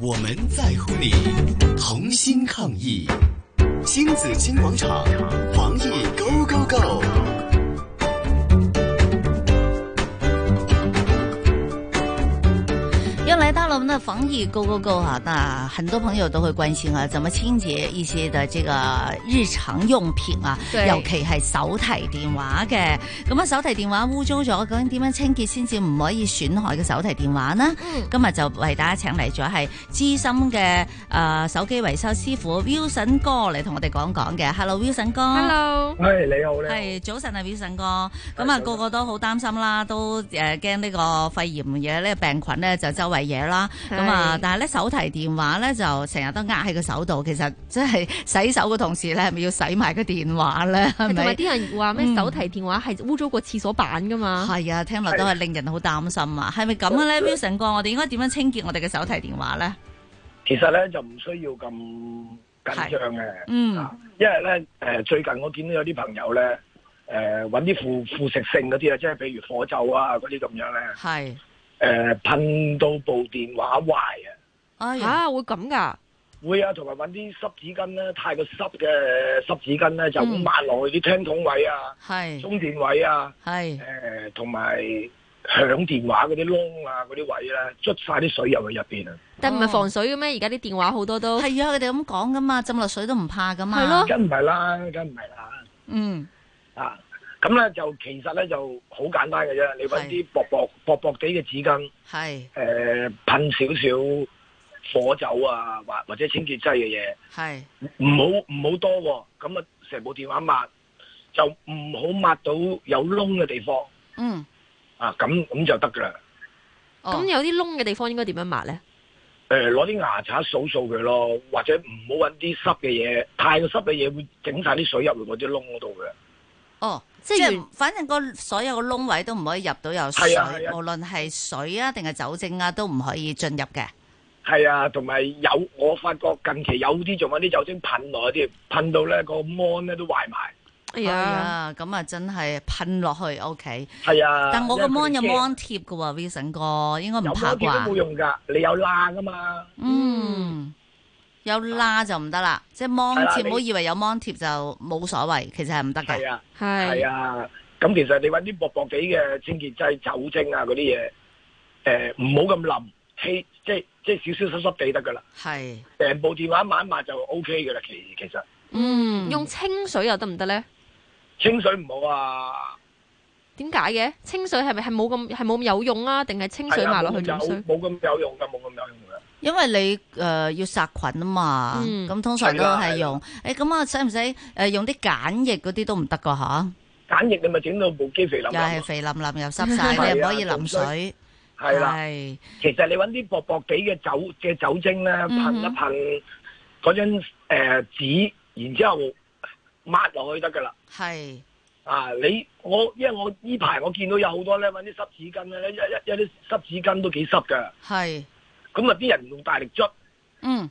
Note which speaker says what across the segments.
Speaker 1: 我们在乎你，同心抗疫。星子金广场，防疫 Go Go Go！
Speaker 2: 又来到了我们的防疫 Go Go Go 啊，那很多朋友都会关心啊，怎么清洁一些的这个日常用品啊，
Speaker 3: 對
Speaker 2: 尤其係手提電話嘅。咁啊，手提電話污糟咗，究竟點樣清潔先至唔可以損害嘅手提電話呢？
Speaker 3: 嗯
Speaker 2: 今日就為大家請嚟咗係資深嘅诶、呃手機維修師傅 Wilson 哥嚟同我哋講講嘅。Hello Wilson
Speaker 3: 啊
Speaker 2: 哥
Speaker 3: Hello，
Speaker 4: 喂，你好，你好，
Speaker 2: 係早晨啊，Wilson 哥，咁
Speaker 4: 早
Speaker 2: 啊
Speaker 4: 晨
Speaker 2: 個個都好擔心啦，都誒驚呢個肺炎嘢呢個病菌咧就周圍嘢啦，
Speaker 3: 係
Speaker 2: 咁啊，但係咧手提電話咧就成日都握呃喺個手度，其實即係洗手嘅同時咧，係咪要洗埋個電話 咧？係
Speaker 3: 同埋
Speaker 2: 咪？
Speaker 3: 啲人話咩手提電話係污糟過廁所板噶嘛？
Speaker 2: 係啊，聽落都係令人好擔心啊！係咪咁嘅咧，Wilson 哥？我哋應該點樣清潔我哋嘅手提電話咧？
Speaker 4: 其實咧就唔需要咁緊張嘅，啊
Speaker 2: 嗯，
Speaker 4: 因為咧诶、呃最近我見到有啲朋友咧诶揾啲腐腐蝕性嗰啲啊，即係譬如火酒啊嗰啲咁樣咧，
Speaker 2: 係。
Speaker 4: 诶、噴到部電話壞啊，
Speaker 2: 哎呀，
Speaker 3: 嚇會咁噶？
Speaker 4: 會啊，同埋揾啲濕紙巾咧，太過濕嘅濕紙巾咧就
Speaker 2: 嗯
Speaker 4: 咁抹落去啲聽筒位啊、
Speaker 2: 係
Speaker 4: 充電位啊，
Speaker 2: 係
Speaker 4: 诶同埋響電話嗰啲窿啊嗰啲位咧，捽晒啲水入去入边啊。
Speaker 3: 但唔係防水嘅咩？而家啲電話好多都哦係
Speaker 2: 係啊！佢哋咁講噶嘛，浸落水都唔怕噶嘛。
Speaker 3: 係咯
Speaker 4: 梗唔係啦，梗唔係啦，
Speaker 2: 嗯，
Speaker 4: 啊！咁咧就其實咧就好簡單嘅啫，你揾啲薄薄薄薄地嘅紙巾，誒、呃
Speaker 2: 係
Speaker 4: 噴少少火酒啊，或或者清潔劑嘅嘢，
Speaker 2: 係
Speaker 4: 唔好唔好多喎、咁啊成部電話抹就唔好抹到有窿嘅地方
Speaker 2: 嗯。
Speaker 4: 啊，咁咁就得噶啦。
Speaker 2: 哦
Speaker 3: 咁有啲窿嘅地方應該點樣抹咧？
Speaker 4: 誒呃攞啲牙刷掃掃佢咯，或者唔好揾啲濕嘅嘢，太過濕嘅嘢會整晒啲水入去嗰啲窿嗰度嘅。
Speaker 2: 哦，即
Speaker 3: 即係
Speaker 2: 係
Speaker 3: 原
Speaker 2: 反正個所有個窿位都唔可以入到有水，
Speaker 4: 係啊係啊
Speaker 2: 無論係水啊定係酒精啊都唔可以進入嘅。
Speaker 4: 係啊，同埋有我發覺近期有啲仲有啲酒精噴落去添，噴到咧個 mon 咧都壞埋。
Speaker 3: 哎
Speaker 2: 係
Speaker 3: 呀，
Speaker 2: 啊，咁啊真係噴落去 OK。
Speaker 4: 係啊，
Speaker 2: 但我個
Speaker 4: 因為佢
Speaker 2: mon 有
Speaker 4: 驚
Speaker 2: mon 貼嘅喎，Vincent 哥應該
Speaker 4: 有
Speaker 2: 唔怕
Speaker 4: mon 貼都冇
Speaker 2: 啩？
Speaker 4: 用㗎，你有罅㗎嘛？
Speaker 2: 嗯，有罅就唔得啦，即係 mon
Speaker 4: 係啦
Speaker 2: 貼，唔好
Speaker 4: 你
Speaker 2: 以為有 mon 貼就冇所謂，其實係唔得
Speaker 4: 係
Speaker 2: 嘅。
Speaker 4: 啊，係
Speaker 3: 係
Speaker 4: 啊。咁其實你揾啲薄薄地嘅清潔劑、酒精啊嗰啲嘢，誒唔好咁淋，氣即係即係少少濕濕地得㗎啦。
Speaker 2: 係，
Speaker 4: 成部電話抹一抹就 O K 㗎啦。其其實
Speaker 2: 嗯，
Speaker 3: 用清水又得唔得咧？
Speaker 4: 清水唔好啊，
Speaker 3: 點解嘅？清水係咪係冇咁係冇咁有用啊？定係清水
Speaker 4: 係啊
Speaker 3: 抹落去
Speaker 4: 冇
Speaker 3: 仲
Speaker 4: 咁有
Speaker 3: 衰？
Speaker 4: 冇咁有用㗎，冇咁有用㗎。
Speaker 2: 因為你誒、呃要殺菌啊嘛，
Speaker 3: 嗯
Speaker 2: 咁、通常都係用誒咁啊，使唔使誒用啲簡易嗰啲都唔得噶嚇？
Speaker 4: 簡易你咪整到部機肥淋
Speaker 2: 又係
Speaker 4: 淋，
Speaker 2: 肥淋淋又濕 晒，
Speaker 4: 係啊
Speaker 2: 你又唔可以淋水，
Speaker 4: 係啦。
Speaker 2: 係
Speaker 4: 其實你揾啲薄薄地嘅酒嘅酒精咧，
Speaker 2: 嗯
Speaker 4: 噴
Speaker 2: 哼
Speaker 4: 一噴嗰張誒紙，然之後抹落去得噶啦。
Speaker 2: 係
Speaker 4: 啊，你我因為我呢排我見到有好多咧揾啲濕紙巾咧，一一一啲濕紙巾都幾濕噶。
Speaker 2: 係，
Speaker 4: 咁啊，啲人用大力捽，
Speaker 2: 嗯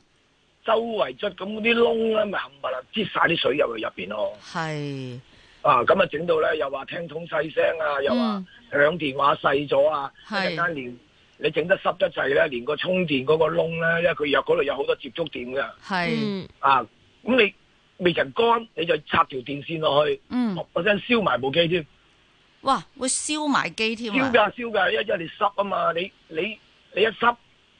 Speaker 4: 周圍捽，咁嗰啲窿咧咪冚唪唥擠晒啲水入去入邊咯。
Speaker 2: 係
Speaker 4: 啊，咁啊整到咧又話聽筒細聲啊，又話
Speaker 2: 嗯
Speaker 4: 響電話細咗啊，一
Speaker 2: 係
Speaker 4: 陣間連你整得濕得滯咧，連個充電嗰個窿咧，因為佢有嗰度有好多接觸點㗎。
Speaker 2: 係，
Speaker 3: 嗯，
Speaker 4: 啊，咁你未曾乾，你就插條電線落去，
Speaker 2: 嗯，
Speaker 4: 嗰陣燒埋部機添，
Speaker 2: 哇，會燒埋機添
Speaker 4: 燒
Speaker 2: 啊！
Speaker 4: 㗎燒㗎，因為因為你濕啊嘛，你你你一濕，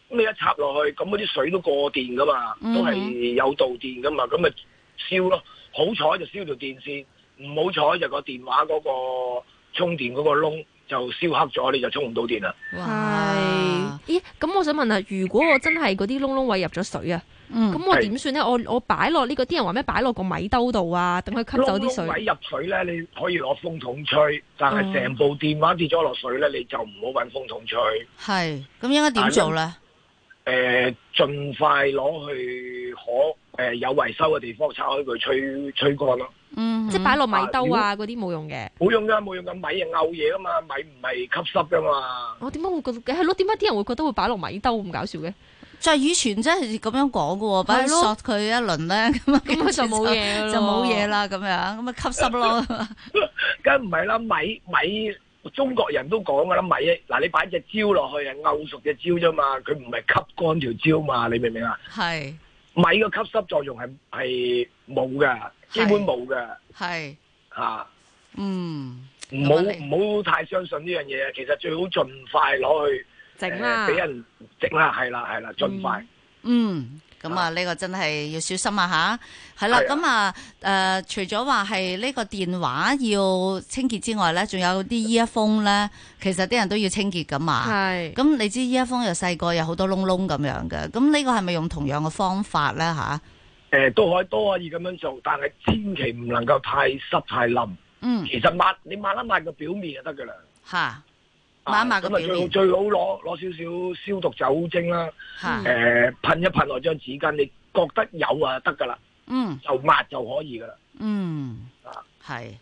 Speaker 4: 咁你一插落去，咁嗰啲水都過電噶嘛，
Speaker 2: 嗯
Speaker 4: 都係有導電噶嘛，咁咪燒咯。好彩就燒條電線，唔好彩就個電話嗰個充電嗰個窿就燒黑咗，你就充唔到電啦。
Speaker 3: 係
Speaker 2: 哇，。
Speaker 3: 咦，咁我想問啊，如果我真係嗰啲窿窿位入咗水啊，
Speaker 2: 嗯
Speaker 3: 咁我
Speaker 4: 係
Speaker 3: 點算咧？我我擺落呢個啲人話咩擺落個米兜度啊，等佢吸走
Speaker 4: 窿
Speaker 3: 啲
Speaker 4: 窿
Speaker 3: 水。哦
Speaker 4: 位入水咧，你可以攞風筒吹，但係成部電話跌咗落水咧，你就唔好揾風筒吹。
Speaker 2: 係，咁應該點做咧？
Speaker 4: 誒，盡快攞去可誒、有維修嘅地方拆開佢吹吹乾咯，
Speaker 2: 嗯，
Speaker 3: 即係擺落米兜啊，嗰啲冇用嘅。
Speaker 4: 冇用噶冇用噶，米係漚嘢噶嘛，米唔係吸濕噶嘛，
Speaker 3: 我點解會覺得係咯？點解啲人會覺得會擺落米兜咁搞笑嘅？
Speaker 2: 就係以前真係咁樣講嘅喎，擺
Speaker 3: 係咯
Speaker 2: 索佢一輪咧，咁啊
Speaker 3: 咁佢就冇嘢
Speaker 2: 就
Speaker 3: 咯
Speaker 2: 就冇嘢啦，咁樣咁咪吸濕咯。
Speaker 4: 梗唔係啦，米米中國人都講噶啦，米嗱你擺只蕉落去係漚熟只蕉啫嘛，佢唔係吸乾條蕉嘛，你明唔明啊？
Speaker 2: 係
Speaker 4: 米嘅吸濕作用係係冇嘅，基本冇嘅
Speaker 2: 係
Speaker 4: 嚇。啊
Speaker 2: 嗯。
Speaker 4: 唔好
Speaker 2: 咁啊你
Speaker 4: 唔好太相信呢樣嘢，其實最好盡快攞去
Speaker 3: 整
Speaker 4: 呃
Speaker 3: 啦
Speaker 4: 俾，人整啦，係啦係啦，盡快。
Speaker 2: 嗯，咁啊，呢個真係要小心啊吓，係啦，
Speaker 4: 係啊
Speaker 2: 咁啊，诶，除咗話係呢個電話要清潔之外咧，仲有啲 e a r p h o n e 咧，其實啲人都要清潔噶嘛。
Speaker 3: 係
Speaker 2: 咁你知 e a r p h o n e 又細個，有好多窿窿咁樣嘅，咁呢個係咪用同樣嘅方法咧吓？
Speaker 4: 誒、都可以都可以咁樣做，但係千祈唔能夠太濕太冧。
Speaker 2: 嗯，
Speaker 4: 其實抹你抹一抹個表面就得㗎啦。
Speaker 2: 吓，抹
Speaker 4: 啊
Speaker 2: 一抹個
Speaker 4: 咁啊
Speaker 2: 表
Speaker 4: 最好
Speaker 2: 面，
Speaker 4: 最好攞攞少少消毒酒精啦，
Speaker 2: 吓
Speaker 3: 嗯
Speaker 4: 誒、，噴一噴落張紙巾，你覺得有啊得㗎啦，
Speaker 2: 嗯。
Speaker 4: 就抹就可以㗎啦。
Speaker 2: 嗯
Speaker 4: 啊，
Speaker 2: 系。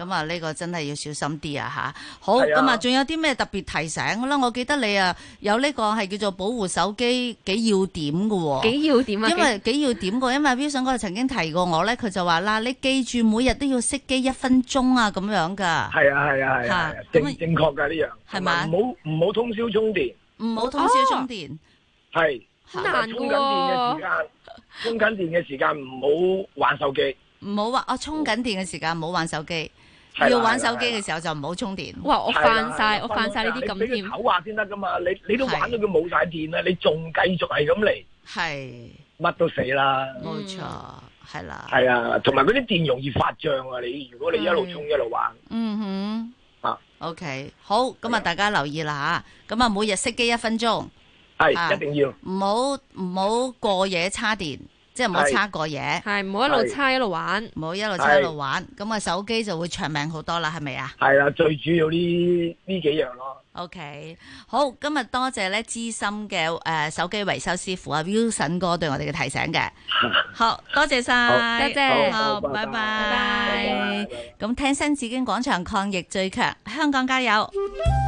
Speaker 2: 咁啊，呢個真係要小心啲啊吓，好，
Speaker 4: 係啊
Speaker 2: 咁啊，仲有啲咩特別提醒啦？我記得你啊，有呢個係叫做保護手機幾要點嘅喎。
Speaker 3: 幾要點啊？
Speaker 2: 因為幾要點嘅，因為 Wilson 哥曾經提過我咧，佢就話啦，你記住每日都要熄機一分鐘啊，咁樣噶，
Speaker 4: 係啊係啊係啊，係
Speaker 2: 嚇
Speaker 4: 啊
Speaker 2: 咁啊
Speaker 4: 正正確㗎呢樣。
Speaker 2: 係嘛
Speaker 4: 同埋唔好唔好通宵充電，
Speaker 2: 唔好通宵充電。
Speaker 4: 係。
Speaker 3: 好
Speaker 4: 但
Speaker 3: 難
Speaker 4: 係
Speaker 3: 嘅
Speaker 4: 充緊電
Speaker 3: 喎，
Speaker 4: 嘅時間，充緊電嘅時間唔好玩手機。
Speaker 2: 唔好話哦，充緊電嘅時間唔好玩手機，
Speaker 4: 係啦
Speaker 2: 要玩手機
Speaker 4: 係啦
Speaker 2: 嘅時候就唔好充電。
Speaker 3: 哇！我
Speaker 4: 係啦
Speaker 3: 犯晒，我犯晒呢啲咁
Speaker 4: 你俾
Speaker 3: 添
Speaker 4: 佢，唞下先得噶嘛，你你都玩到佢冇晒電啊啦，你仲繼續係咁嚟，
Speaker 2: 係，
Speaker 4: 乜都死啦。
Speaker 2: 冇錯，係啦，
Speaker 4: 嗯係啊，同埋嗰啲電容易發脹啊！你如果你一路充一路玩，
Speaker 2: 嗯哼，
Speaker 4: 啊
Speaker 2: ，OK，好，咁
Speaker 4: 係
Speaker 2: 啊，
Speaker 4: 啊
Speaker 2: 大家留意啦吓，咁啊，每日熄機一分鐘，啊
Speaker 4: 係一定要
Speaker 2: 唔好唔好過夜叉電，即係唔好
Speaker 4: 係
Speaker 2: 叉過夜，
Speaker 3: 係唔好一路
Speaker 4: 係
Speaker 3: 猜一路玩，
Speaker 2: 唔好一路叉一路玩，咁啊手機就會長命好多啦，係咪啊
Speaker 4: 係啦，最主要呢呢幾樣咯。
Speaker 2: ？OK，好，今日多謝咧資深嘅诶手機維修師傅啊 Wilson 哥對我哋嘅提醒 嘅，好多謝
Speaker 3: 多
Speaker 2: 晒，
Speaker 3: 謝。
Speaker 2: 好，
Speaker 4: 好
Speaker 2: 拜
Speaker 4: 拜拜
Speaker 2: 拜
Speaker 3: 拜
Speaker 4: 拜拜。
Speaker 2: 咁聽新紫荊廣場抗疫最強，香港加油！